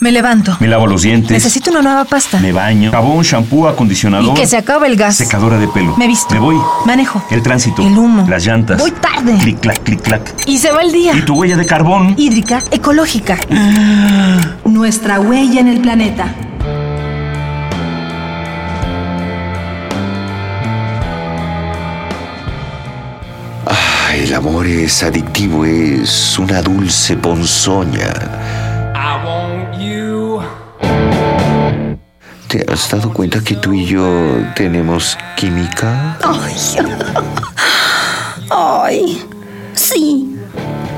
Me levanto. Me lavo los dientes. Necesito una nueva pasta. Me baño. Jabón, shampoo, acondicionador. Y que se acabe el gas. Secadora de pelo. Me visto. Me voy. Manejo. El tránsito. El humo. Las llantas. Voy tarde. Clic, clac, clic, clac. Y se va el día. Y tu huella de carbón. Hídrica, ecológica. Nuestra huella en el planeta. Ah, el amor es adictivo, es una dulce ponzoña. I want you. ¿Te has dado cuenta que tú y yo tenemos química? Ay, sí.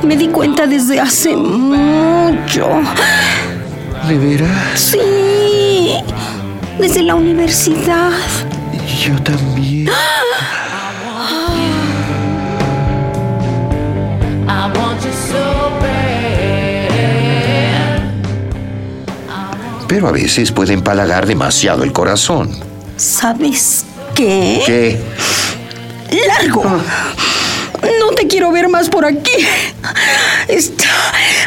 Me di cuenta desde hace mucho. ¿De veras? Sí. Desde la universidad. Yo también. I want you so bad. Pero a veces puede empalagar demasiado el corazón. ¿Sabes qué? ¿Qué? ¡Largo! No te quiero ver más por aquí. Este, Está-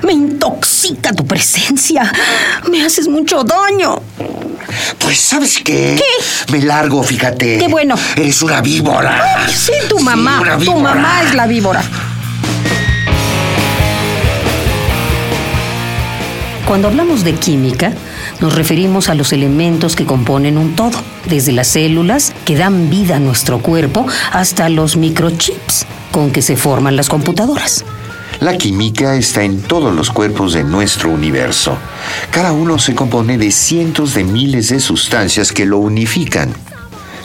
Me intoxica tu presencia. Me haces mucho daño. Pues ¿sabes qué? Me largo, fíjate. Qué bueno. Eres una víbora. Sí, tu mamá. una tu víbora. mamá es la víbora. Cuando hablamos de química, nos referimos a los elementos que componen un todo, desde las células que dan vida a nuestro cuerpo hasta los microchips con que se forman las computadoras. La química está en todos los cuerpos de nuestro universo. Cada uno se compone de cientos de miles de sustancias que lo unifican.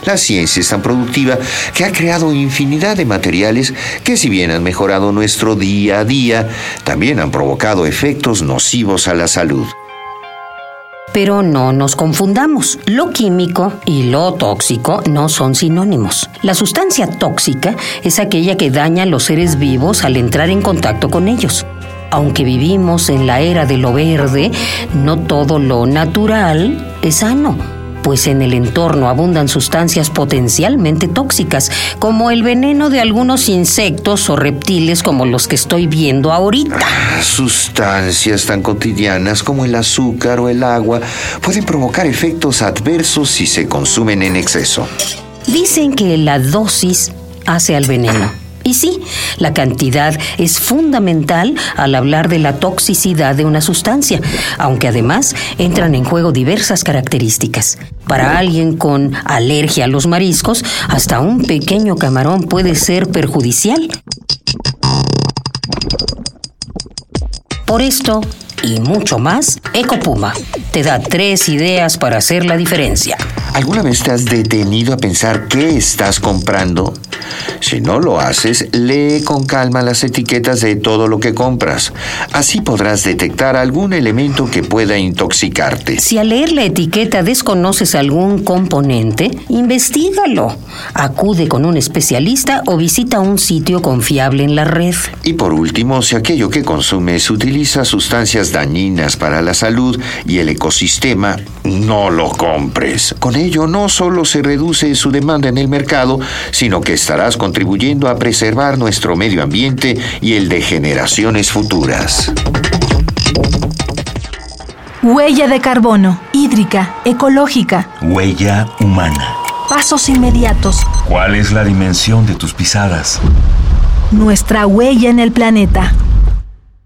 La ciencia es tan productiva que ha creado infinidad de materiales que si bien han mejorado nuestro día a día, también han provocado efectos nocivos a la salud. Pero no nos confundamos, lo químico y lo tóxico no son sinónimos. La sustancia tóxica es aquella que daña a los seres vivos al entrar en contacto con ellos. Aunque vivimos en la era de lo verde, no todo lo natural es sano, pues en el entorno abundan sustancias potencialmente tóxicas, como el veneno de algunos insectos o reptiles como los que estoy viendo ahorita. Sustancias tan cotidianas como el azúcar o el agua pueden provocar efectos adversos si se consumen en exceso. Dicen que la dosis hace al veneno. Y sí, la cantidad es fundamental al hablar de la toxicidad de una sustancia, aunque además entran en juego diversas características. Para alguien con alergia a los mariscos, hasta un pequeño camarón puede ser perjudicial. Por esto y mucho más, Ecopuma te da tres ideas para hacer la diferencia. ¿Alguna vez te has detenido a pensar qué estás comprando? Si no lo haces, lee con calma las etiquetas de todo lo que compras. Así podrás detectar algún elemento que pueda intoxicarte. Si al leer la etiqueta desconoces algún componente, investígalo. Acude con un especialista o visita un sitio confiable en la red. Y por último, si aquello que consumes utiliza sustancias dañinas para la salud y el ecosistema, no lo compres. Con ello no solo se reduce su demanda en el mercado, sino que estarás contribuyendo a preservar nuestro medio ambiente y el de generaciones futuras. Huella de carbono. Hídrica, ecológica. Huella humana. Pasos inmediatos. ¿Cuál es la dimensión de tus pisadas? Nuestra huella en el planeta.